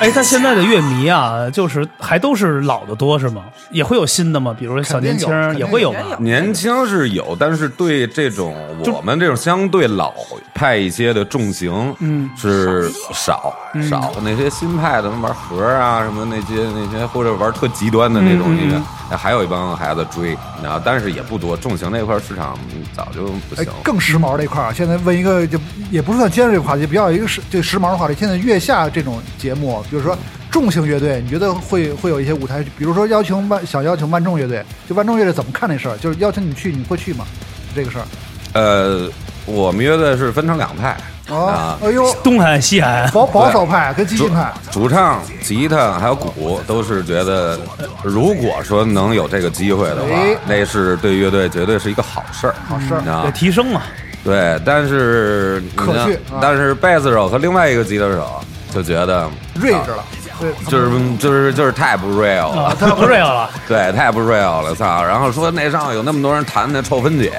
哎，但现在的乐迷啊，就是还都是老的多是吗？也会有新的吗？比如说小年轻儿肯定有也会有吧肯定有年轻是有，但是对这种我们这种相对老派一些的重型，嗯，是少嗯少那些新派的玩盒啊什么那些那些或者玩特极端的那嗯种音乐，哎还有一帮孩子追，然后但是也不多，重型那块市场早就不哎行，，更时髦这块儿啊，现在问一个就也不是算尖锐的话题，比较一个时这时髦的话题。现在月下这种节目，比如说重型乐队，你觉得会会有一些舞台，比如说邀请万想邀请万众乐队，就万众乐队怎么看这事儿？就是邀请你去，你会去吗？这个事儿呃，我们乐队是分成两派啊啊，，哎呦，东海西海，保保守派跟激进派，主唱、吉他还有鼓都是觉得，如果说能有这个机会的话哎，那是对乐队绝对是一个好事儿，好事儿啊有。提升嘛？对，但是可你呢去啊但是贝斯手和另外一个吉他手就觉得睿智啊了，对，就是就是就是太不 real 了。啊， 不是 有了，对，太不 real 了，操！然后说那上有那么多人弹那臭分解，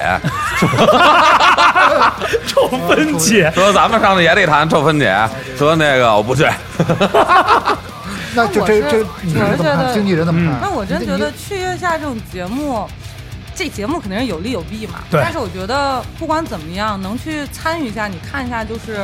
臭分姐，说咱们上去也得弹臭分解，说那个我不去，那就这我是这你我是是怎么觉得嗯看？经纪人怎么嗯看？那我真你觉你得去月下这种节目，这节目肯定是有利有弊嘛。对但是我觉得不管怎么样，能去参与一下，你看一下，就是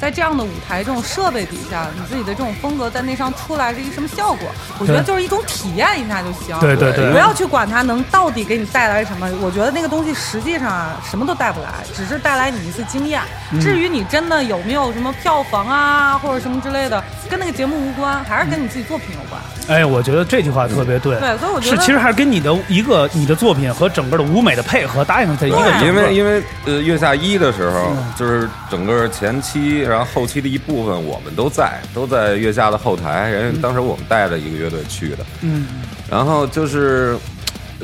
在这样的舞台、这种设备底下，你自己的这种风格在那上出来是一个什么效果？我觉得对就是一种体验一下就行。对对对不，要去管它能到底给你带来什么，我觉得那个东西实际上啊什么都带不来，只是带来你一次经验。嗯至于你真的有没有什么票房啊或者什么之类的，跟那个节目无关，还是跟你自己作品有关。哎，我觉得这句话特别对，对，所以我觉是得其实还是跟你的一个你的作品和整个的舞美的配合搭应在一个对整因个为因为呃月下一的时候，就是整个前期，然后后期的一部分我们都在，都在月下的后台。人家当时我们带着一个乐队去的，嗯，然后就是。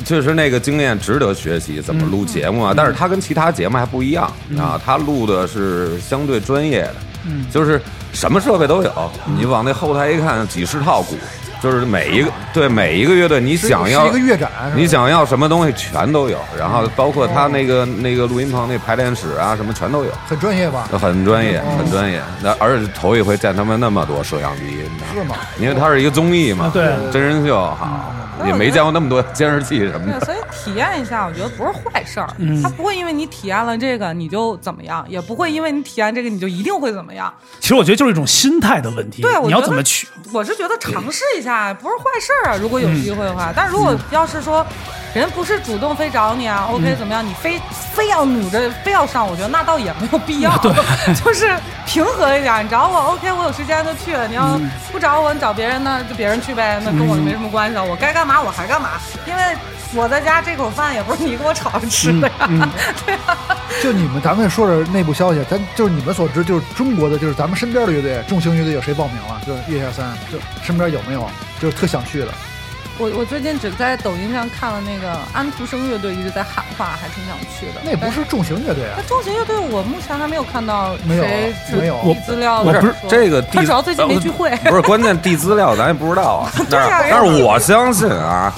确实，那个经验值得学习，怎么录节目嗯啊？但是它跟其他节目还不一样啊，它录的是相对专业的，嗯就是什么设备都有。你往那后台一看，几十套鼓，就是每一个对每一个乐队，你是想要是一个乐嗯展是吧你想要什么东西全都有，然后包括他那个那个录音棚那排练室啊，什么全都有，很专业吧？很专业，嗯很专业。那而且头一回见他们那么多摄像机，你知道是吗？因为它是一个综艺嘛啊，对真人秀，好，也没见过那么多监视器什么对，的。所以体验一下，我觉得不是坏事儿。它不会因为你体验了这个你就怎么样，也不会因为你体验这个你就一定会怎么样。其实我觉得就是一种心态的问题，对，我你要觉得怎么嗯去？我是觉得尝试一下不是坏事儿啊，如果有机会的话。但如嗯果要是说人不是主动非找你啊，OK 怎么样，你非非要努着非要上，我觉得那倒也没有必 要， 就是平和一点。你找我 OK，我有时间就去了。你要嗯不找我，你找别人那就别人去呗，那跟我就没什么关系了。嗯我该干嘛我还干嘛，因为我在家这口饭也不是你给我炒着吃的呀。嗯对啊，就你们，咱们说点内部消息，啊咱就是你们所知，就是中国的，就是咱们身边的乐队，重型乐队有谁报名了？就是月下三，就身边有没有？就是特想去的， 我我最近只在抖音上看了那个安徒生乐队一直在喊话，还挺想去的。那不是重型乐队啊那。重型乐队我目前还没有看到没有谁是没有递资料我的不说，是这个地他主要最近没聚会呃不是关键递资料咱也不知道啊。对但啊是但是我相信啊，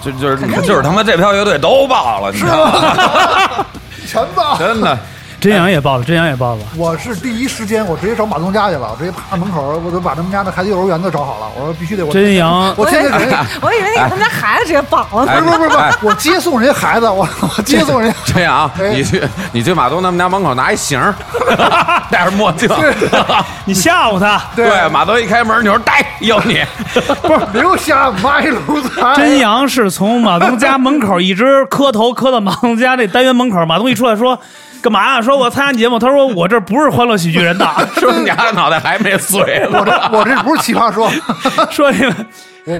就就是定有就是他妈这票乐队都爆了，你知道吗？ 全报。真的，真阳也报了，真阳也报了，我是第一时间，我直接找马东家去了，我直接趴门口，我都把他们家的孩子幼儿园都找好了。我说必须得我，真阳我现在人， 我以为你给他们家孩子直接绑了哎呢。不是不是不是，我接送人家孩子，我我接送人家。这样啊，哎你去你去马东他们家门口拿一绳儿，戴着墨镜。 你吓唬他，对，马东一开门，你说带有你，不是留下马一路财，真阳是从马东家门口一直磕头磕到马东家那单元门口，马东一出来说：“干嘛呀、说我参加你节目，他说我这不是欢乐喜剧人的， 说你家脑袋还没碎我了。这我这不是奇葩说，说你们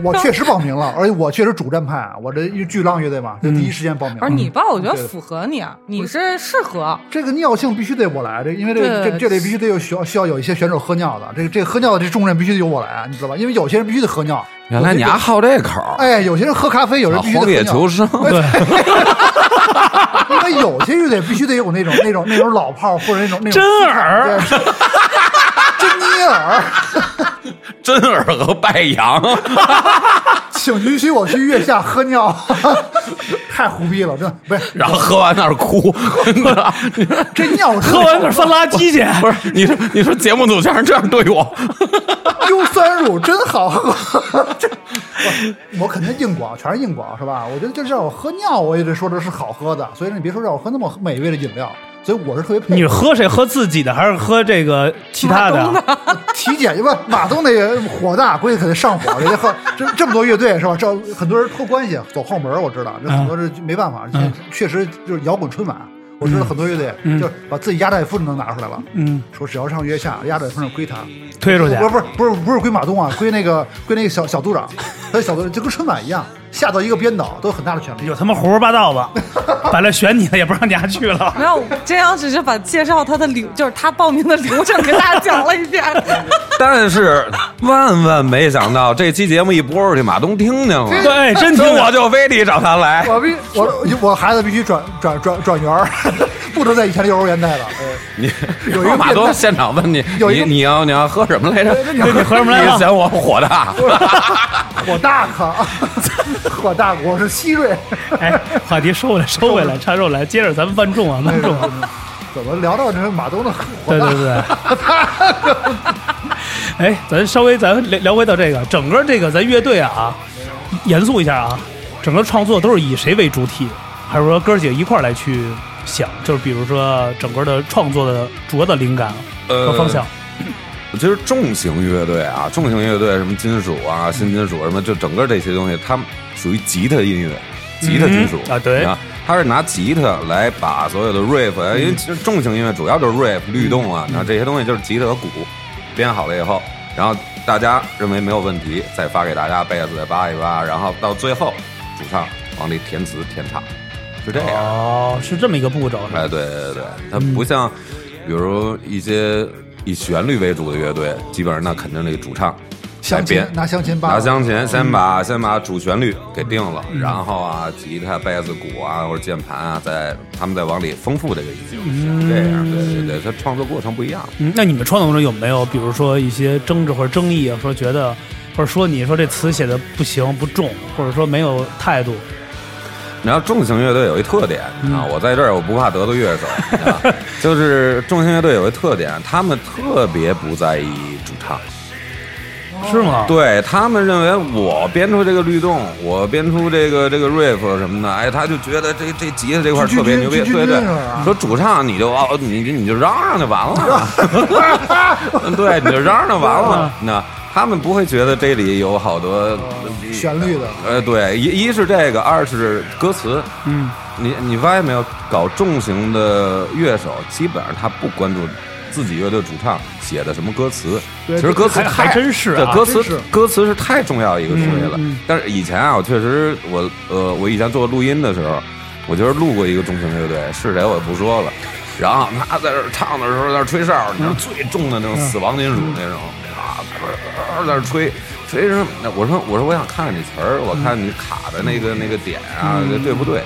我我确实报名了，而且我确实主战派，啊我这巨浪乐队嘛，就第嗯一时间报名。不是你吧？我觉得对符合你，啊，你是适合。这个尿性必须得我来，这因为这对这这里必啊须得有需要需要有一些选手喝尿的，这个这个喝尿的这重任必须得由我来，你知道吧？因为有些人必须得喝尿，原来你还好这口儿，哎，有些人喝咖啡，有人啊必须得荒野求喝生，因为有些乐队必须得有那种那种那种老炮儿或者那种那种真耳，对真捏耳，真耳和拜羊，请允许我去月下喝尿， 太胡逼了，真的不是然后喝完那儿哭， 真的真尿我喝完那翻垃圾去。 不是你说你说节目组竟然这样对我， 优酸乳真好喝， 这我我肯定硬广，全是硬广是吧？我觉得就是让我喝尿，我也得说这是好喝的，所以说你别说让我喝那么美味的饮料，所以我是特别佩你服喝谁？喝自己的还是喝这个其他的？啊体检不马东那个火大，估计肯定上火，人家喝这这么多乐队是吧？这很多人托关系走后门儿，我知道这很多是没办法，嗯确实就是摇滚春晚。我知道很多乐队、就是把自己压寨夫人都拿出来了，嗯，说只要上月下，压寨夫人归他，推出去。啊不是不是不是不是归马东 啊，归那个归那个小小组长，他小组就跟春晚一样，下到一个编导都有很大的权利 有。他妈胡说八道吧！本来选你的也不让你家去了。没有，真阳只是把介绍他的流，就是他报名的流程给大家讲 了一遍。但是万万没想到这期节目一播出去，马东哎听见了， 对，真听我我就非得找他来。我必我我孩子必须转转转转园儿， 不能在以前的幼儿园待了。哎你有一个马东变态现场问你，有一你个你要你要喝什么来着？你对你喝什么来着嫌我火大？火大可， 火大，我是希瑞。哎，话题收回来，收回来，插肉来，接着咱们万众啊，万 众啊。怎么聊到这马东的火对大对？对。哎，咱稍微咱聊聊回到这个，整个这个咱乐队啊，严肃一下啊，整个创作都是以谁为主体，还是说哥儿几个一块儿来去想？就是比如说整个的创作的主要的灵感和方向，其实重型乐队啊，重型乐队什么金属啊、新金属什么，就整个这些东西，它们属于吉他音乐、吉他金属嗯啊对你看它是拿吉他来把所有的 riff，啊、嗯因为其实重型音乐主要就是 riff 律动啊，然后这些东西就是吉他和鼓编好了以后，然后大家认为没有问题，再发给大家贝斯再扒一扒，然后到最后主唱往里填词填唱，是这样。哦，是这么一个步骤是吧？哎，对对对，它不像，比如一些以旋律为主的乐队，基本上那肯定得主唱来 相亲编，拿相亲吧，拿香琴先把先把主旋律给定了，然后啊，吉他、贝斯、鼓啊或者键盘啊，再他们再往里丰富这个音乐，是这样，对对对，它创作过程不一样。嗯，那你们创作中有没有，比如说一些争执或者争议啊？说觉得，或者说你说这词写的不行不重，或者说没有态度，你知道重型乐队有一特点啊，我在这儿我不怕得罪乐手，啊 就是重型乐队有一特点，他们特别不在意主唱。是吗？，哦 对他们认为我编出这个律动，我编出这个这个 riff 什么的，哎，他就觉得这这吉他这块儿特别牛逼，居居居对居对是吧，说主唱你就哦，你你就嚷嚷就完 了，对，你就嚷嚷就完了，嗯那。他们不会觉得这里有好多旋律的呃，对，一一是这个，二是歌词。嗯，你你发现没有？搞重型的乐手，基本上他不关注自己乐队主唱写的什么歌词。对其实歌词还太还真是啊对歌真词是歌词是太重要一个东西了。但是以前啊，我确实我呃，我以前做录音的时候，我就是录过一个重型乐队，是谁我也不说了。然后他在这儿唱的时候，在这儿吹哨，你知道最重的那种死亡金属那种啊，在这儿吹，吹什么？那我说我说我想看看你词儿，我看你卡的那个那个点啊，对不对？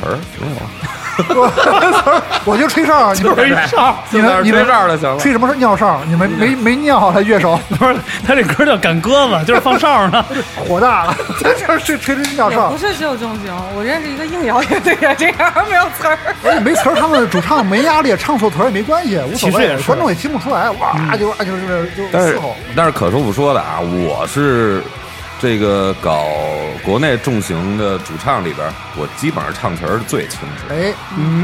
词儿没有啊，我就吹哨，啊你就是一上，你们你就在这儿们吹哨就行了吹什么哨尿哨？你们没没尿啊，他乐手不是他这歌叫赶鸽子，就是放 哨呢。火大了， 在这儿吹吹吹尿也哨不，是只有正经，我认识一个硬摇乐队也这样，没有词儿。而且没词儿，他们主唱没压力，唱错词儿也没关系，无所其实也谓，是观众也听不出来，哇，就哇就是哦就嗯但嘶是吼。但是可说不说的啊，我是这个搞国内重型的主唱里边儿，我基本上唱词儿最清楚，哎，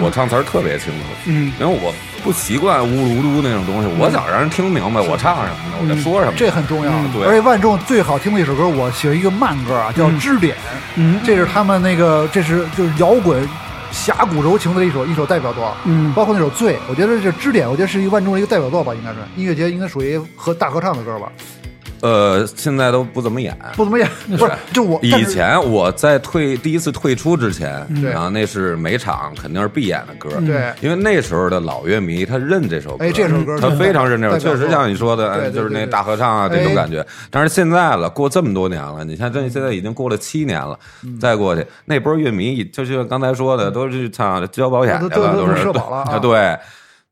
我唱词儿特别清楚，嗯，因为我不习惯乌噜噜那种东西，我想让人听明白我唱什么呢，我在说什么。嗯这很重要。嗯对而且万众最好听的一首歌，我喜欢一个慢歌啊，叫《支点》，嗯这是他们那个，这是就是摇滚。侠骨柔情的一首一首代表作，嗯包括那首《醉》，我觉得这《支点》，我觉得是一个万众的一个代表作吧，应该是音乐节应该属于合大合唱的歌吧。呃，现在都不怎么演。不怎么演，不是就我但以是前我在退第一次退出之前，对然后那是每场肯定是必演的歌，嗯对因为那时候的老乐迷他认这首歌，哎这首歌他非常认这首，代表确作实像你说的，哎对对对就是那对大合唱啊哎这种感觉。但是现在了，过这么多年了，你看这现在已经过了七年了，嗯再过去那波乐迷，就像刚才说的，都是去唱交保险去都了，都都是社保了啊啊 对。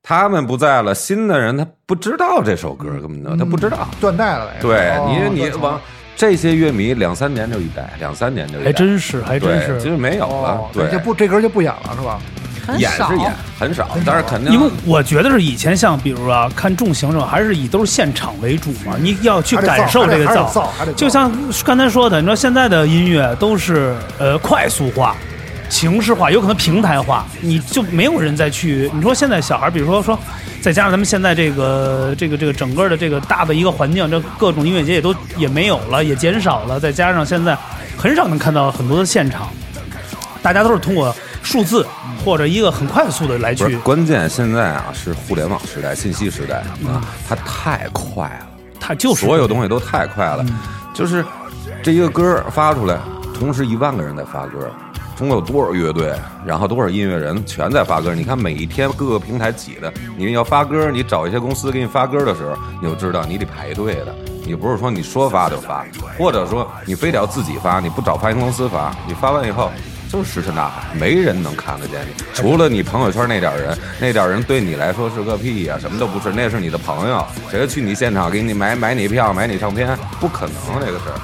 他们不在了，新的人他不知道这首歌，根本就他不知道。断代了，哎对，哦你你断层往这些乐迷两三年就一代，两三年就一代，还哎真是，还真对，其是。实没有了哦，，对，就不这歌就不演了是吧？很演少是。演很少，但是肯定因为我觉得是以前像比如啊，看重型这种，还是以都是现场为主嘛，你要去还得感受造这个还得还造得造还得造就像刚才说的，你知道现在的音乐都是呃快速化、形式化，有可能平台化，你就没有人再去。你说现在小孩，比如说说，再加上咱们现在这个这个这个整个的这个大的一个环境，这各种音乐节也都也没有了，也减少了，再加上现在很少能看到很多的现场，大家都是通过数字嗯或者一个很快速的来不是去。关键。现在啊，是互联网时代、信息时代嗯啊，它太快了，它就是嗯所有东西都太快了，就是这一个歌发出来，同时一万个人在发歌。中国有多少乐队，然后多少音乐人全在发歌？你看每一天各个平台挤的，你要发歌，你找一些公司给你发歌的时候，你就知道你得排队的，你不是说你说发就发，或者说你非得要自己发，你不找发行公司发，你发完以后就是石沉大海，没人能看得见你，除了你朋友圈那点儿人，那点儿人对你来说是个屁呀、什么都不是，那是你的朋友，谁去你现场给你买买你票、买你唱片？不可能啊这个事儿，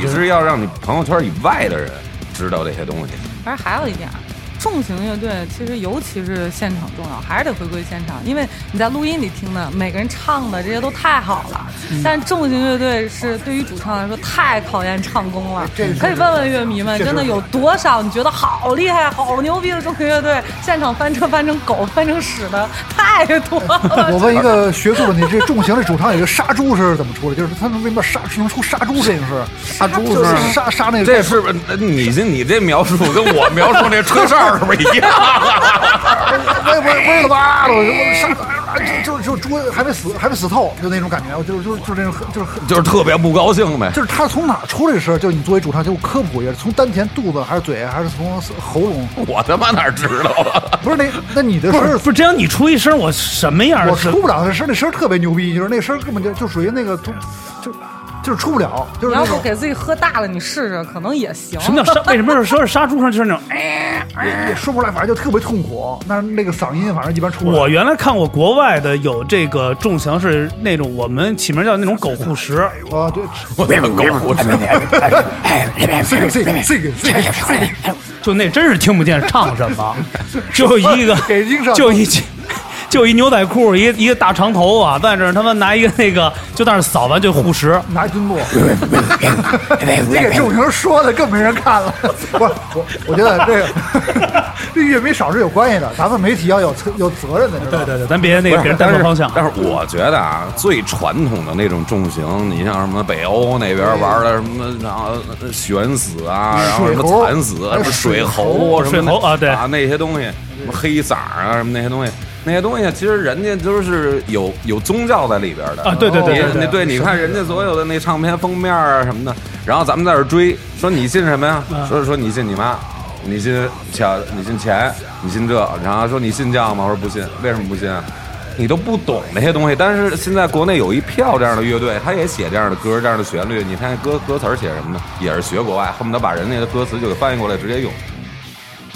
你是要让你朋友圈以外的人知道这些东西。而还有一点，啊重型乐队其实尤其是现场重要，还是得回归现场，因为你在录音里听的，每个人唱的这些都太好了。嗯但重型乐队是对于主唱来说太考验唱功了。哎这个是可以问问乐迷们，确实真的有多少你觉得好厉害、好牛逼的重型乐队，现场翻车翻成狗、翻成屎的太多 我了。问一个学术问题，这重型的主唱有个杀猪是怎么出的？就是他们为什么杀能出杀猪这个事儿？杀猪就是是杀杀那个这是不是你这你这描述跟我描述那吹哨是不是一样？ 我也不是不是吧？我我杀啊就就就猪还没死还没死透，就那种感觉，我就就就这种就是很就是特别不高兴呗。就是他从哪儿出这事儿？就是你作为主唱，就科普一下，从丹田、肚子还是嘴，啊还是从喉咙？我他妈哪知道啊？不是那那你的事不是儿不是，这样你出一声，我什么样儿我是出不了那声儿，那声儿特别牛逼，就是那声儿根本就就属于那个就就就是出不了，就是你要那是种给自己喝大了，你试试，可能也行。什么叫杀？为什么是说是杀猪上就是那种？ 哎，也也说不出来，反正就特别痛苦。那那个嗓音反正一般出不来。我原来看过国外的有这个重型是那种我们起名叫那种狗护食，啊，对，我怎么狗不知道？这个这个这个这个这个，就那真是听不见唱什 么，就一个给硬上就一就一牛仔裤，一一个大长头发、在这儿他妈拿一个那个就在那儿扫完就护食，拿一墩布，你给郑平说的更没人看了。不，我我觉得这个这乐迷少是有关系的，咱们媒体要有责有责任的，知道对吧？对对，咱别那个别人但单是错方向。但是我觉得啊，最传统的那种重型，你像什么北欧那边玩的什么，然后悬死啊，然后水什猴么惨死，啊哎什么水水猴啊，什么水猴啊对啊那些东西，什么黑嗓啊，什么那些东西。那些东西其实人家都是有有宗教在里边的啊对对对你对对你对，你看人家所有的那唱片封面啊什么的，然后咱们在这儿追，说你信什么呀？说说你信你妈，你信钱，你信钱，你信这，然后说你信教吗？我说不信，为什么不信啊？你都不懂那些东西，但是现在国内有一票这样的乐队，他也写这样的歌、这样的旋律。你看歌歌词儿写什么呢？也是学国外，恨不得把人家的歌词就给翻译过来直接用。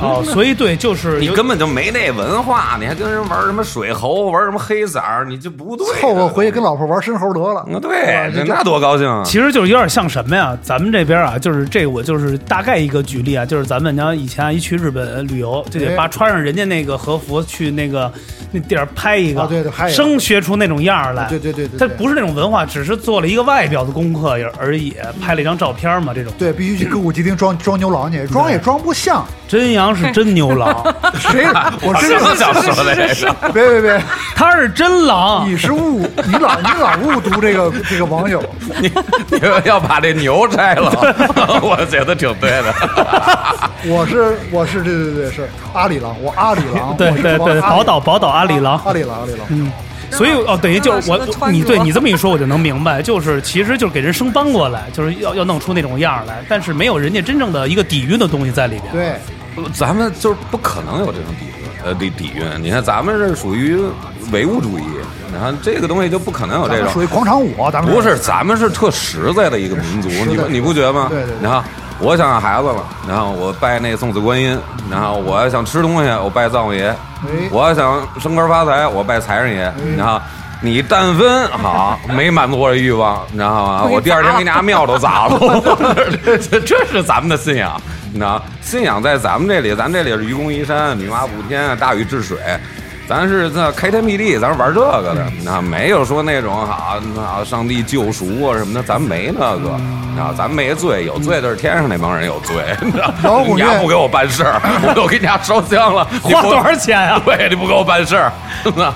哦，所以对，就是你有根本就没那文化，你还跟人玩什么水猴，玩什么黑色儿，你就不对。凑合回去跟老婆玩深喉得了。啊，对，那那多高兴啊！其实就是有点像什么呀？咱们这边啊，就是这个，我就是大概一个举例啊，就是咱们你像以前啊，一去日本旅游，就得哎把穿上人家那个和服去那个那地儿拍一个，啊对对拍一个生学出那种样儿来。对对对对对它不是那种文化，只是做了一个外表的功课而已，拍了一张照片嘛。这种对，必须去歌舞伎町装装牛郎去，装也装不像。真阳是真牛郎，谁？我真什么想的哦说的这是？别别别，他是真 狼你。是误你老你老误读这个这个网友。你你们要把这牛拆 了，我觉得挺对的。我是我是对对对是阿里郎，我阿里郎，对我是对王对，阿里宝岛宝岛阿里郎阿里郎阿里郎，所以哦，等于就是我张老师的我穿着你对你这么一说，我就能明白，就是其实就是给人生搬过来，就是要要弄出那种样儿来，但是没有人家真正的一个底蕴的东西在里边。对， 咱们就是不可能有这种底蕴，呃底底蕴。你看咱们是属于唯物主义，你看这个东西就不可能有咱们这种属于。广场舞，咱们不是，咱们是特实在的一个民族，你不你不觉得吗？对对对你看，我想养孩子了，然后我拜那送子观音，然后我要想吃东西，我拜灶王爷，哎我要想升官发财，我拜财神爷。你看，你但分好没满足我的欲望，你知道吗？啊我第二天给你家庙都砸了，这这这是咱们的信仰。你知道，信仰在咱们这里，咱这里是愚公移山、女娲补天、大禹治水，咱是这开天辟地，咱是玩这个的，那没有说那种啊啊上帝救赎啊什么的，咱没那个，啊，咱没罪，有罪的是天上那帮人有罪，你知道摇滚乐 你丫不给我办事儿，我都给你家烧香了，你花不多少钱啊？对，你不给我办事儿， 那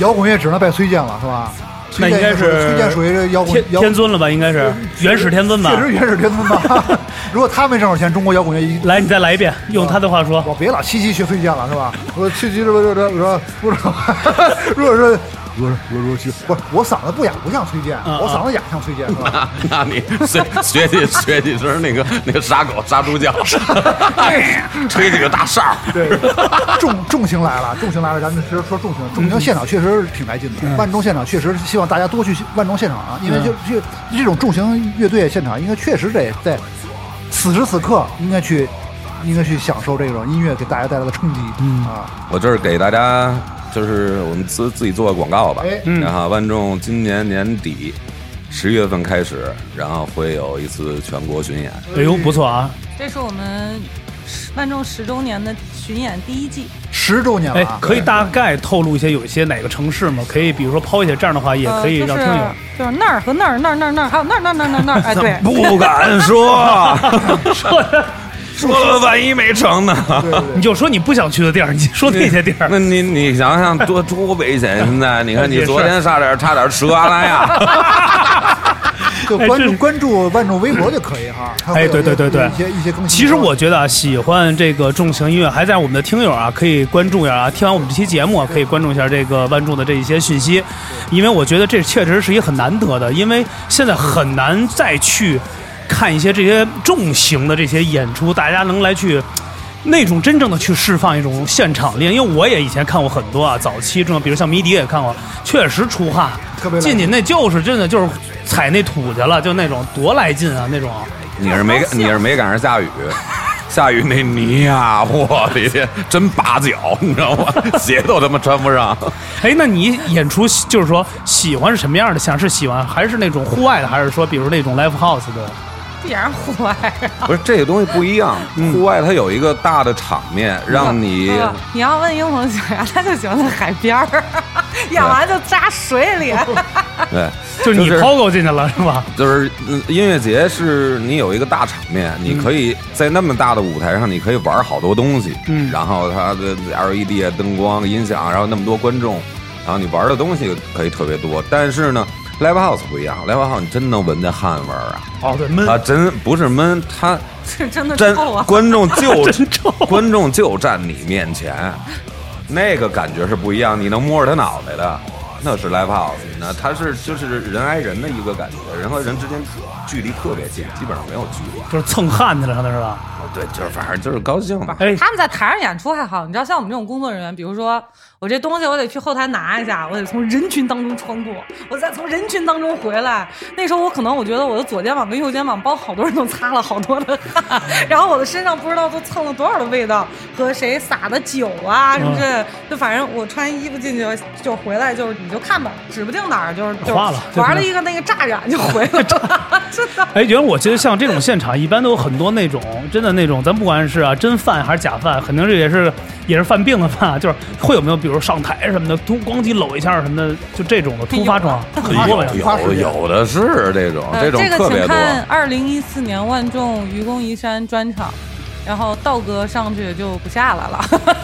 摇滚乐只能拜崔健了，是吧？那崔应健该属于是崔健属于这摇滚天摇天尊了吧？应该是原始天尊吧确？实原始天尊吧。如果他没挣着钱，中国摇滚乐一来，你再来一遍，用他的话说，我别老七七学崔健了，是吧？我七七说说说说说说，如果说如果如果说不是我嗓子不哑不像崔健，嗯我嗓子哑像崔健是吧？ 那你学学几学几声那个那个杀狗杀猪叫，哎吹几个大哨儿，对， 重重型来了，重型来了，咱们直接说重型。嗯重型现场确实是挺来劲的，万众现场确实希望大家多去万众现场啊，因为就嗯就这种重型乐队现场，应该确实得在此时此刻应该去。应该去享受这种音乐给大家带来的冲击，嗯啊，我这是给大家，就是我们自自己做个广告吧哎。然后万众今年年底十月份开始，然后会有一次全国巡演。哎呦不错啊！这是我们十万众十周年的巡演第一季，十周年了哎啊，，可以大概透露一些有一些哪个城市吗？可以，比如说抛一些这样的话，也呃可以就让是听友。就是那儿和那儿那儿那儿那儿还有那儿那儿那儿那儿那 儿，哎对， 不敢说， 说了万一没成呢？对对你就说你不想去的地儿，你说那些地儿，那你你想想多多危险！现 在你看，你昨天差点差点折阿拉亚，对，就哎关这注是关注万众微博就可以哈。它会哎有对一些对对对一些一些更新。其实我觉得啊，喜欢这个重型音乐，还在我们的听友啊，可以关注一下啊。听完我们这期节目啊，可以关注一下这个万众的这一些讯息，因为我觉得这确实是一个很难得的，因为现在很难再去看一些这些重型的这些演出，大家能来去。那种真正的去释放一种现场力，因为我也以前看过很多啊，早期这种，比如像迷笛也看过，确实出汗特别，来劲进去那就是真的就是踩那土去了，就那种多来劲啊那种。你是没你是没赶上下雨。下雨那泥啊呀、我的天，真拔脚，你知道吗？鞋都他妈穿不上。哎，那你演出就是说喜欢是什么样的？想是喜欢还是那种户外的，还是说比如那种 live house 的？必然户外啊。不是这个东西不一样，户外它有一个大的场面，让你嗯你要问英红想啥，他就喜欢在海边儿， 演完就扎水 里。 对，就是你就是抛过进去了是吧？就是嗯音乐节是你有一个大场面，你可以在那么大的舞台上，你可以玩好多东西，嗯然后它的 LED 啊、灯光、音响，然后那么多观众，然后你玩的东西可以特别多。但是呢，Live House 不一样，Live House 你真能闻见汗味儿啊，哦，对，闷，啊，真不是闷，它这真的真臭啊！ 观众就啊真臭观众就站你面前，那个感觉是不一样，你能摸着他脑袋的，那是 live house，那他是就是人挨人的一个感觉，人和人之间距离特别近，基本上没有距离。就是蹭汗去了，那是吧？对，就是反正就是高兴吧。哎，他们在台上演出还好，你知道，像我们这种工作人员，比如说我这东西我得去后台拿一下， 我得从人群当中穿过，我再从人群当中回来。那时候我可能我觉得我的左肩膀跟右肩膀帮好多人都擦了 好多的汗，然后我的身上不知道都蹭了多少的味道和谁撒的酒啊什么嗯之类的，就反正我穿衣服进去就回来就是你就看吧，指不定哪儿就是 就是化了就玩是了一个那个炸染就回来了， 真的。哎，因为我觉得像这种现场，一般都有很多那种真的那种，咱不管是啊真犯还是假犯，肯定这也是也是犯病的吧？就是会有没有比如上台什么的，突咣叽搂一下什么的，就这种的突发状况很多吧？哎呦花有时间有的是这种，呃，啊这种个特别请多。看二零一四年万众愚公移山专场，然后道哥上去就不下来了。哎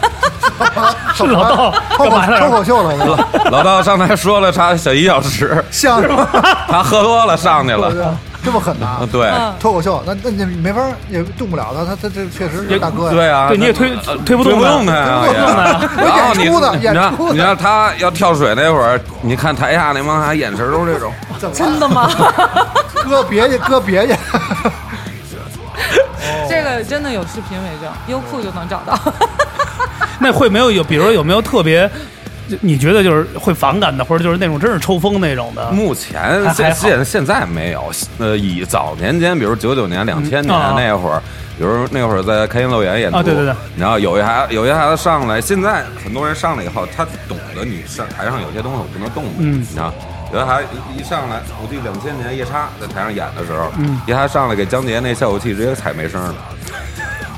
是老道脱干口嘛来脱着？口秀了，我 们老老道上台说了差小一小时，像他喝多了上去了，这么狠呐啊，！ 对，嗯脱口秀，那那你没法儿也动不了他，他他这确实是大哥呀。对啊，对你也他推呃推不推动他动他 呀，推不动也他然后 你演出呢你演知道出呢你知道他要跳水那会儿，你看台下那帮啥眼神都是这种， 真的吗？哦哥别去，哥别去， 这个真的有视频为证，优酷就能找 到。那会没有有，比如说有没有特别，就你觉得就是会反感的，或者就是那种真是抽风那种的？目前还啊现还好现现在没有，呃，以早年间，比如九九年、两千年啊那会儿，比如那会儿在开心乐园演出，啊对对对然后有一孩有一孩子上来，现在很多人上来以后，他懂得你上台上有些东西我不能动的，嗯你知道。有一孩子一一上来，我记得两千年夜叉在台上演的时候，嗯夜叉上来给江杰那效果器直接踩没声 了，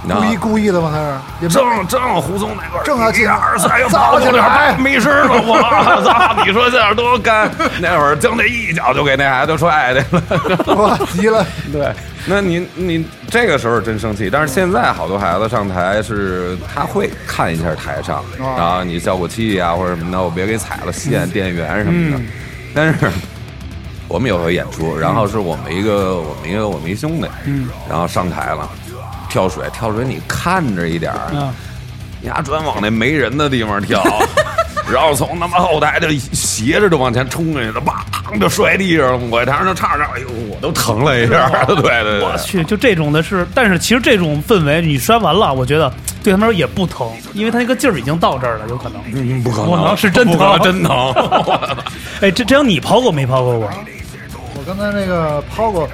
你知道故吗意？故意的吗？他是也没正正胡同哎那块儿，正要进一二三， 又造跑起起来来，没声了，我操！哎 你说这样多干？那会儿将这一脚就给那孩子踹的了。我急了，对，那你你这个时候真生气，但是现在好多孩子上台是他会看一下台上，哦然后你效果器啊或者什么的，我别给踩了线、电源什么的。 但是我们有回演出，然后是我们一个我们一个我们一兄弟，然后上台了，跳水跳水，你看着一点儿，啊，你丫专往那没人的地方跳， 然后从他妈后台就斜着就往前冲过去了，砰就摔地上了。我台上就差点，哎呦，我都疼了一下。 对对对，我去，就这种的是，但是其实这种氛围你摔完了，我觉得对他们来说也不疼，因为他那个劲儿已经到这儿了，有可能。嗯不可不可能是真不可疼能真疼。哎，这这样你抛过没抛过我？ 我刚才那个抛过。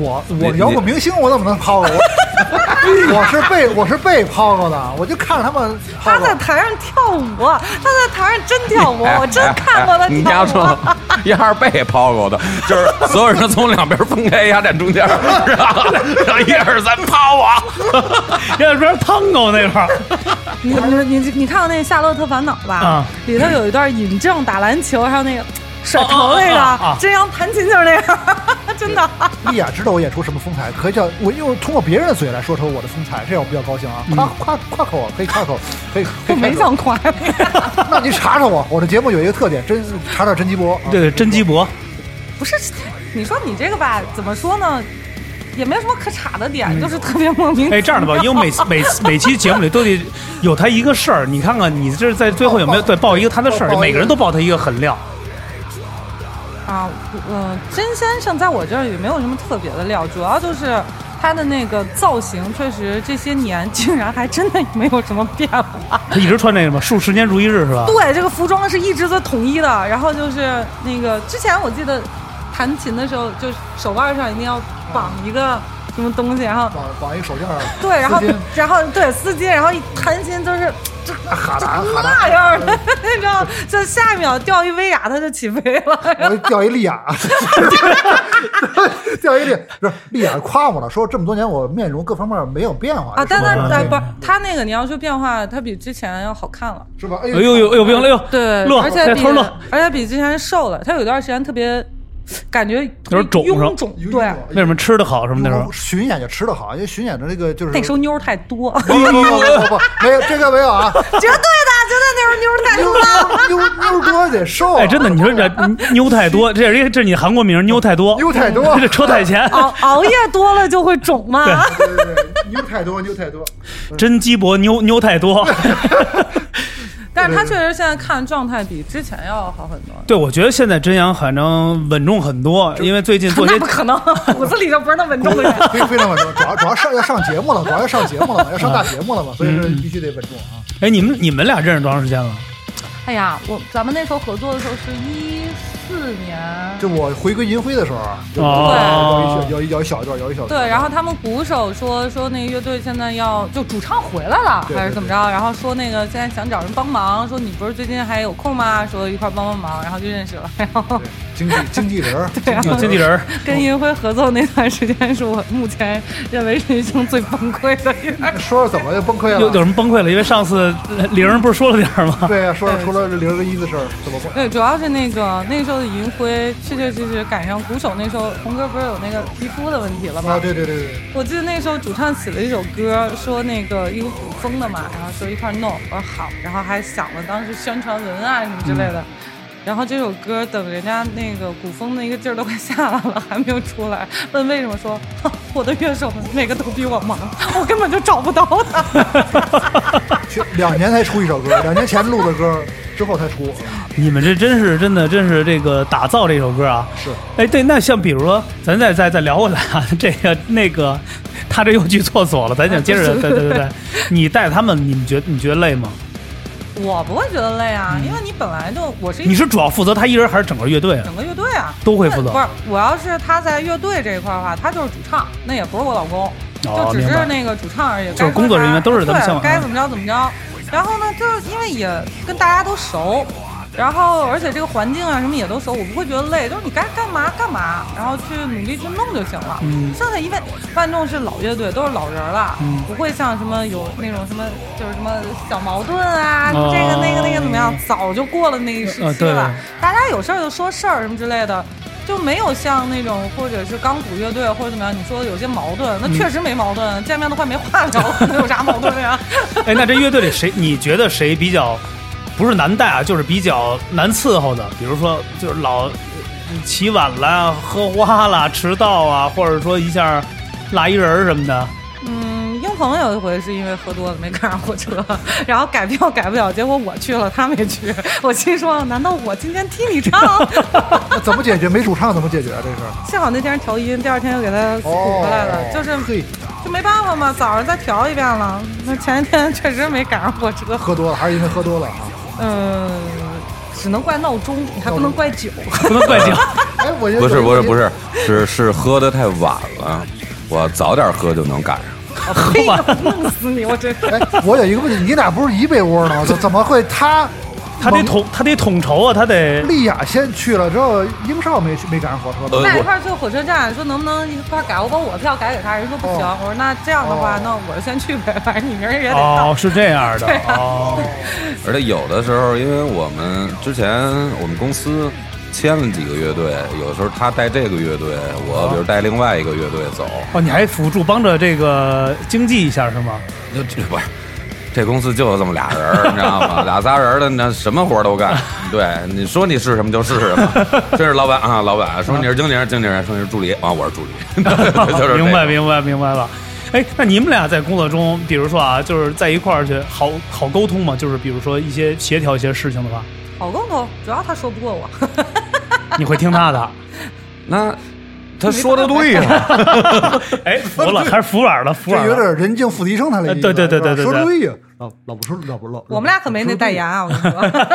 我我你摇滚明星，我怎么能抛过？我我是被我是被抛过的，我就看着他们抛他过在。台上跳舞，他在台上真跳舞， 我真看过他哎你丫跳说舞。丫是被抛过的，就是所有人从两边分开，丫站中间，然后然后一二三抛啊我。要不然 tango 那块儿， 你你你你看过那《夏洛特烦恼》吧？啊里头有一段尹正打篮球，还有那个甩头那啊啊啊啊个，真阳弹琴就是那样， 真的。丽雅知道我演出什么风采，可以叫我用通过别人的嘴来说出我的风采，这样我比较高兴啊！夸夸夸口，可以夸口，可以。可我以没夸口想夸你，那你查查我，我的节目有一个特点，真查查甄姬波。啊对对，甄姬博，不是，你说你这个吧，怎么说呢？也没什么可查的点，就是特别莫名。哎，这样的吧，因为每次每 次每期节目里都得有他一个事儿，你看看你这是在最后有没有对报一个他的事儿，每个人都报他一个狠料。啊，嗯、甄先生在我这儿也没有什么特别的料，主要就是他的那个造型，确实这些年竟然还真的没有什么变化。他一直穿这个嘛，数十年如一日是吧？ 对，这个服装是一直都统一的。然后就是那个之前我记得弹琴的时候，就是手腕上一定要绑一个什么东西，然后绑绑一手链儿，对，然后丝巾然后对丝巾，然后一弹琴就是这哈达哈达，那样的， 你知道吗，就下一秒掉一威亚它就起飞了。我掉一丽雅， 掉一丽，不是丽雅夸我了，说这么多年我面容各方面没有变化啊，但是吧哎但但对不是他那个，你要说变化，他比之前要好看了。是吧？哎呦呦哎呦，不行了，哎呦，对，乐，而且哎比头乐，而且比之前瘦了。他有一段时间特别感觉有点肿臃上肿，有一种对，为什么吃的好什么的 时候？巡演就吃的好，因为巡演的那个就是那时候妞儿太多，绝不不不不不，没有这个没有啊，对的，绝对那时候妞儿太妞多了。妞妞多得瘦，啊哎，真的，你说这妞太多，这是这是你韩国名，妞太多， 妞太多，这车太前。熬熬夜多了就会肿嘛。对对对，妞太多妞太多，甄姬博妞妞太多，但是他确实现在看状态比之前要好很多。对我觉得现在真阳反正稳重很多，因为最近做那些不可能，骨子里就不是那稳重的人。非非常稳重，主要主要上要上节目了，主要要上节目了嘛，要上大节目了嘛，所以说嗯必须得稳重啊。哎，你们你们俩认识多长时间了？哎呀，我咱们那时候合作的时候是一四年，就我回归银辉的时候啊，哦有一有一有一小段，有一小段。对，然后他们鼓手说说那个乐队现在要就主唱回来了对对还是怎么着，然后说那个现在想找人帮忙，说你不是最近还有空吗？说一块儿帮帮忙，然后就认识了，然后经 纪经纪人儿，对，然啊有后经纪人儿，跟银辉合作那段时间是我目前认为人生最崩溃的一段。说说怎么就崩溃有有了？什么崩溃了？因为上次 呃玲儿不是说了点儿吗？对呀，啊说说除了这零跟一的事儿，怎么崩？对，主要是那个那个时候的银辉，确确实实赶上鼓手那时候，红哥不是有那个皮肤的问题了吗啊，？对对对对，我记得那时候主唱写了一首歌，说那个一个古风的嘛，然后说一块儿弄，我说好，然后还想了当时宣传文案什么之类的，然后这首歌等人家那个古风那个劲儿都快下来了，还没有出来，问为什么说哼我的乐手们每个都比我忙，我根本就找不到他。去两年才出一首 歌，两年前录的歌，之后才出。你们这真是真的真是这个打造这首歌啊！是，哎，对，那像比如说，咱再再再聊回来啊， 这个那个，他这又去厕所了，咱想接着，对对对对，你带他们，你们觉你觉得累吗？我不会觉得累啊，因为你本来就我是一你是主要负责他一人还是整个乐队啊？整个乐队啊，都会负责不是，我要是他在乐队这一块儿的话，他就是主唱，那也不是我老公，哦就只明白是那个主唱而已。就是工作人员都是咱们啊对向往的该怎么着怎么着。然后呢，就是因为也跟大家都熟，然后而且这个环境啊什么也都熟，我不会觉得累，就是你该干嘛干嘛，然后去努力去弄就行了。嗯剩下因为万众是老乐队，都是老人儿了，不会像什么有那种什么就是什么小矛盾啊，哦这个那个那个怎么样，早就过了那一时啊期了。呃对大家有事儿就说事儿什么之类的，就没有像那种或者是钢鼓乐队或者怎么样，你说有些矛盾，嗯那 确实没矛盾，见面都快没话聊了，能有啥矛盾 啊呀？ 哎，那这乐队里谁你觉得谁比较不是难带啊，就是比较难伺候的？比如说就是老起晚了、啊喝花了、迟到啊，或者说一下落一人儿什么的。嗯，英鹏有一回是因为喝多了没赶上火车，然后改票改不了，结果我去了，他没去，我心说难道我今天替你 唱？那怎么解决？没主唱怎么解决啊？这事幸好那天调音，第二天又给他补回来了，哦就是嘿，就没办法嘛，早上再调一遍了。那前一天确实没赶上火车，喝多了还是因为喝多了啊？嗯，只能怪闹钟，还不能怪酒。不能怪酒，哎，我觉得不是有不是不，是，是是喝的太晚了，我早点喝就能赶上。嘿，弄死你！我真哎，我有一个问题，你俩不是一被窝的吗？ 怎怎么会他他得统他得统筹啊，他得丽雅先去了之后，英少没去没赶上火车呃吧？那一我块儿去火车站，说能不能一块儿改？我把我的票改给他，人说不行。哦我说那这样的话，哦那我就先去呗，反正你明儿也得到。哦，是这样的哦，而且有的时候，因为我们之前我们公司签了几个乐队，有时候他带这个乐队，我比如带另外一个乐队走，哦，你还辅助帮着这个经济一下是吗？就这不是。这公司就有这么俩人儿，你知道吗？俩仨人儿的，那什么活儿都干。对，你说你是什么就是什么。这是老板啊，老板说你是经理人，经理人说你是助理啊，我是助理， 就是明这个白明白明白了。哎，那你们俩在工作中，比如说啊，就是在一块儿去，好好沟通吗？就是比如说一些协调一些事情的话，好沟通，主要他说不过我。 你会听 他的。那他说的对呀、哎，服了，还是服软了，服这软有了。点人尽复敌生态了。呃对对对对对对说啊对呀，老老不说老不老，我们俩可没那代言啊！我跟你说，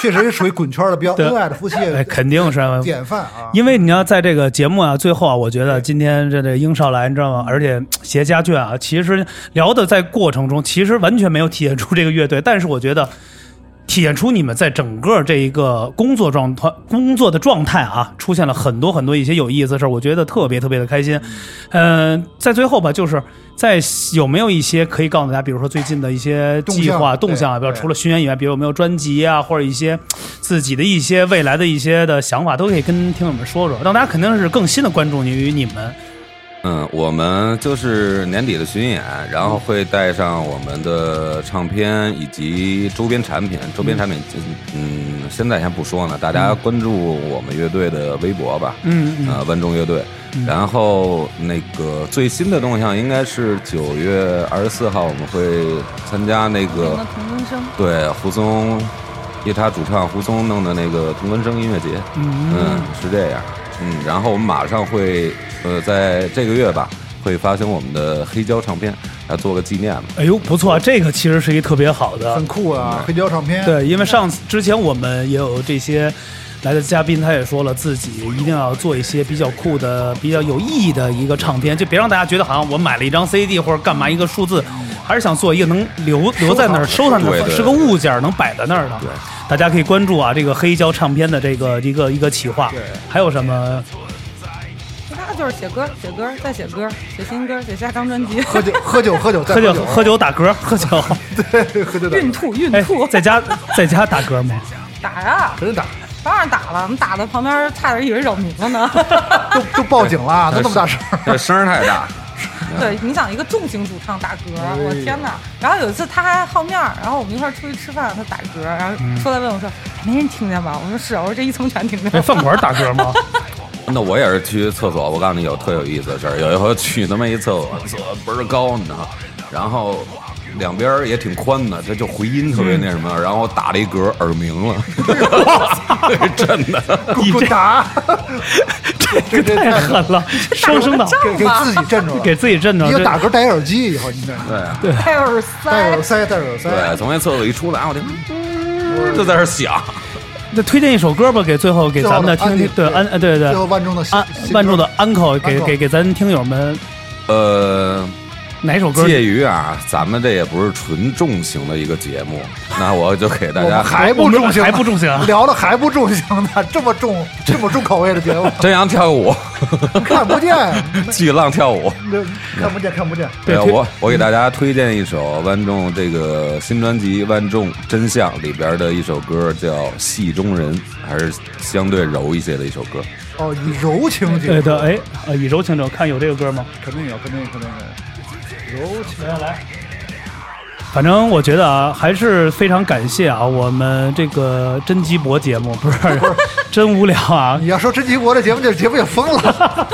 确实属于滚圈的比较对恩爱的夫妻哎，肯定是。 典范啊。因为你要在这个节目啊，最后啊，我觉得今天这这英少来，你知道吗？而且携家眷啊，其实聊的在过程中，其实完全没有体现出这个乐队，但是我觉得体现出你们在整个这一个工作状态、工作的状态啊，出现了很多很多一些有意思的事儿，我觉得特别特别的开心。嗯、在最后吧，就是在有没有一些可以告诉大家，比如说最近的一些计划动向动向啊，比如对除了巡演以外，比如有没有专辑啊，或者一些自己的一些未来的一些的想法，都可以跟听友们说说，让大家肯定是更新的关注于你们。嗯，我们就是年底的巡演，然后会带上我们的唱片以及周边产品。周边产品，嗯，嗯现在先不说呢，大家关注我们乐队的微博吧。嗯嗯呃，万众乐队。然后那个最新的动向应该是九月二十四号，我们会参加那我个们童声生对胡松夜叉主唱胡松弄的那个同根生音乐节。嗯，是这样。嗯，然后我们马上会，呃，在这个月吧，会发行我们的黑胶唱片，来做个纪念嘛。哎呦，不错，这个其实是一特别好的，很酷啊，黑胶唱 片。，嗯对，因为上次之前我们也有这些来的嘉宾，他也说了自己一定要做一些比较酷的、比较有意义的一个唱片，就别让大家觉得好像我买了一张 CD 或者干嘛一个数字，还是想做一个能留留在那儿、收藏那对儿，对是个物件儿能摆在那儿的。对大家可以关注啊，这个黑胶唱片的这个一个一个企划，还有什么？其他就是写歌、写歌、再写歌、写新歌、写下张专辑，喝酒喝酒喝酒再喝酒酒喝酒打嗝，喝酒，对 喝酒打嗝孕吐孕哎 吐，，在家在家打嗝吗？打呀！真 打，当然打了，我们打的旁边差点以为扰民了呢。 都都报警了，都那么大声。这声儿太大，对，你想一个重型主唱打嗝，我天哪！然后有一次他还好面儿，然后我们一块儿出去吃饭，他打嗝，然后出来问我说：“没人听见吧？”我说：“是啊。”我说：“这一层全听见。”那哎饭馆打嗝吗？那我也是去厕所，我告诉你有特有意思的事儿。有一回去他妈一厕所，厕所倍儿高，你知道吗，然后两边儿也挺宽的，它就回音特别那什么，然后打了一嗝，耳鸣 了，真的。你滚这打， 这个太狠了，双声道给给自己镇住了。给自己震着你，就这打嗝戴耳机以后，你这对戴耳戴塞耳，塞戴耳对，塞，从那厕所一出来，我天，就在那儿响。那推荐一首歌吧，给最后给咱们的最后听的听，对安安利呃对对最后万众的心安万众的，uncle 给 Uncle 给给咱听友们呃，哪首歌？介于啊，咱们这也不是纯重型的一个节目，那我就给大我家们还我不们重型，还不重型啊， 聊的还不重型呢，这么重这么重口味的节目，真阳跳舞， 看不见， 巨浪跳舞。那看不见看不见，对对，推哎我我给大家推荐一首万众这个新专辑《万众真相》里边的一首歌，叫《戏中人》，还是相对柔一些的一首歌。哦，以柔情节对目，对，哎，呃以柔情者，看有这个歌吗？肯定有肯定有肯定有，柔情来。反正我觉得啊，还是非常感谢啊，我们这个真鸡博节目不是真无聊啊，你要说真吉国这节目，这节目也疯 了。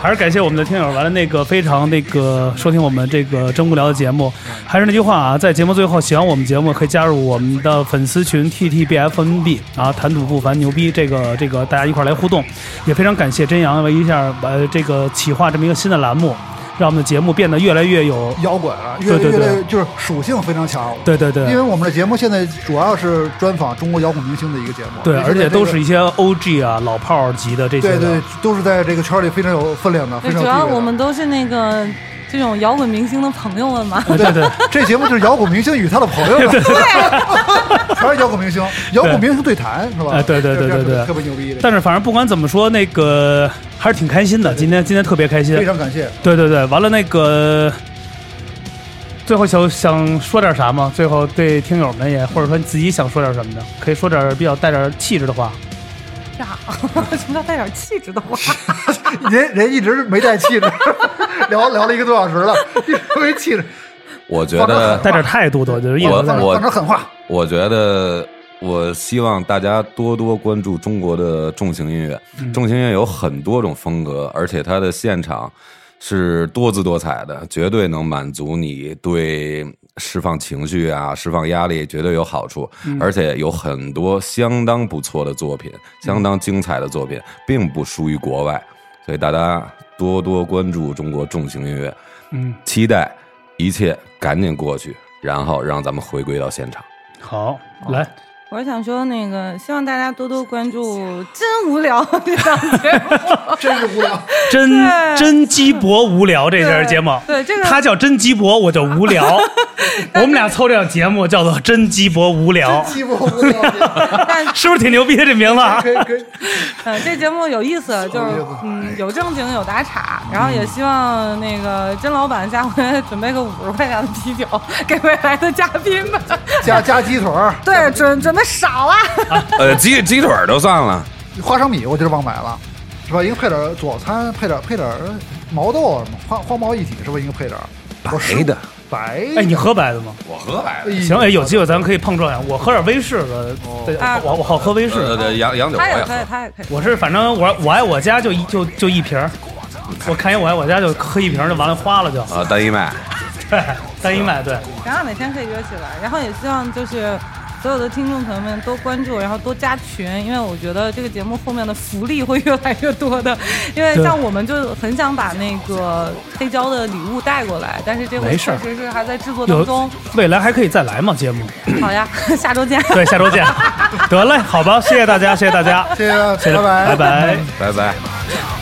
还是感谢我们的听友，完了那个非常那个收听我们这个真无聊的节目。还是那句话啊，在节目最后，喜欢我们节目可以加入我们的粉丝群 T T B F N B 啊，谈吐不凡，牛逼！这个这个大家一块儿来互动，也非常感谢真阳为一下呃这个企划这么一个新的栏目，让我们的节目变得越来越有摇滚啊，越对对越对来就是属性非常强。对对对因为我们的节目现在主要是专访中国摇滚明星的一个节目，对，现在而且这个都是一些 O G 啊老炮儿级的这些对的对，都是在这个圈里非常有分量的，非对，常有地主位要的我们都是那个这种摇滚明星的朋友们嘛。 对对对。这节目就是摇滚明星与他的朋友们，全是摇滚明星，摇滚明星对谈是吧？哎对对对对对特别牛逼的，但是反正不管怎么说，那个还是挺开心的，今天今天特别开心非。常感谢。 对对对，完了那个，最后想想说点啥吗？最后对听友们也，或者说你自己想说点什么的，可以说点比较带点气质的话。呀，什么叫带点气质的话？人人一直没带气质， 聊聊了一个多小时了，一直没气质，我觉放得着带点态度的，我就是一直我在放放点狠话。我觉得，我希望大家多多关注中国的重型音乐。重型音乐有很多种风格，而且它的现场是多姿多彩的，绝对能满足你对释放情绪啊、释放压力，绝对有好处。而且有很多相当不错的作品，相当精彩的作品，并不输于国外。所以大家多多关注中国重型音乐，嗯，期待一切赶紧过去，然后让咱们回归到现场。好，来，我是想说，那个希望大家多多关注，真无聊这档节目。真是无聊，真对真鸡博无聊这对期节目，对这个他叫真鸡博，我叫 无聊。我们俩凑这档节目叫做真鸡博无聊，欺负我无聊，但是不是挺牛逼的这名字啊？可以可以。呃，这节目有意思，哎就是嗯，有正经有打岔，然后嗯也希望那个甄老板下回 准备个五十块钱的啤酒给未来的嘉宾们。 加加鸡腿儿、对，准准备少啊！呃，鸡鸡腿儿都算了，花生米，我今儿忘买了，是吧？应该配点儿佐餐，配点儿配点儿毛豆啊什么花花毛一体，是不是应该配点儿？我白的，白的。哎，你喝白的吗？我喝白哎嗯呦行，哎，有机会咱们可以碰撞一下。我喝点威士的，对，啊我我好喝威士。呃，对洋洋酒我他也也可以，喝。他也可以。我是反正我我爱我家就一就就一瓶儿，我看一我爱我家就喝一瓶儿就完了花了就， 啊，单一麦，对，单一麦对，然后哪天可以约起来，然后也希望就是所有的听众朋友们多关注，然后多加群，因为我觉得这个节目后面的福利会越来越多的。因为对像我们就很想把那个黑胶的礼物带过来，但是这回没事儿确实是还在制作当有中。未来还可以再来嘛节目，好呀， 下周见。对，下 周见，得嘞，好吧，谢谢大家，谢谢大家，谢谢，啊谢谢，拜拜拜。拜拜。 「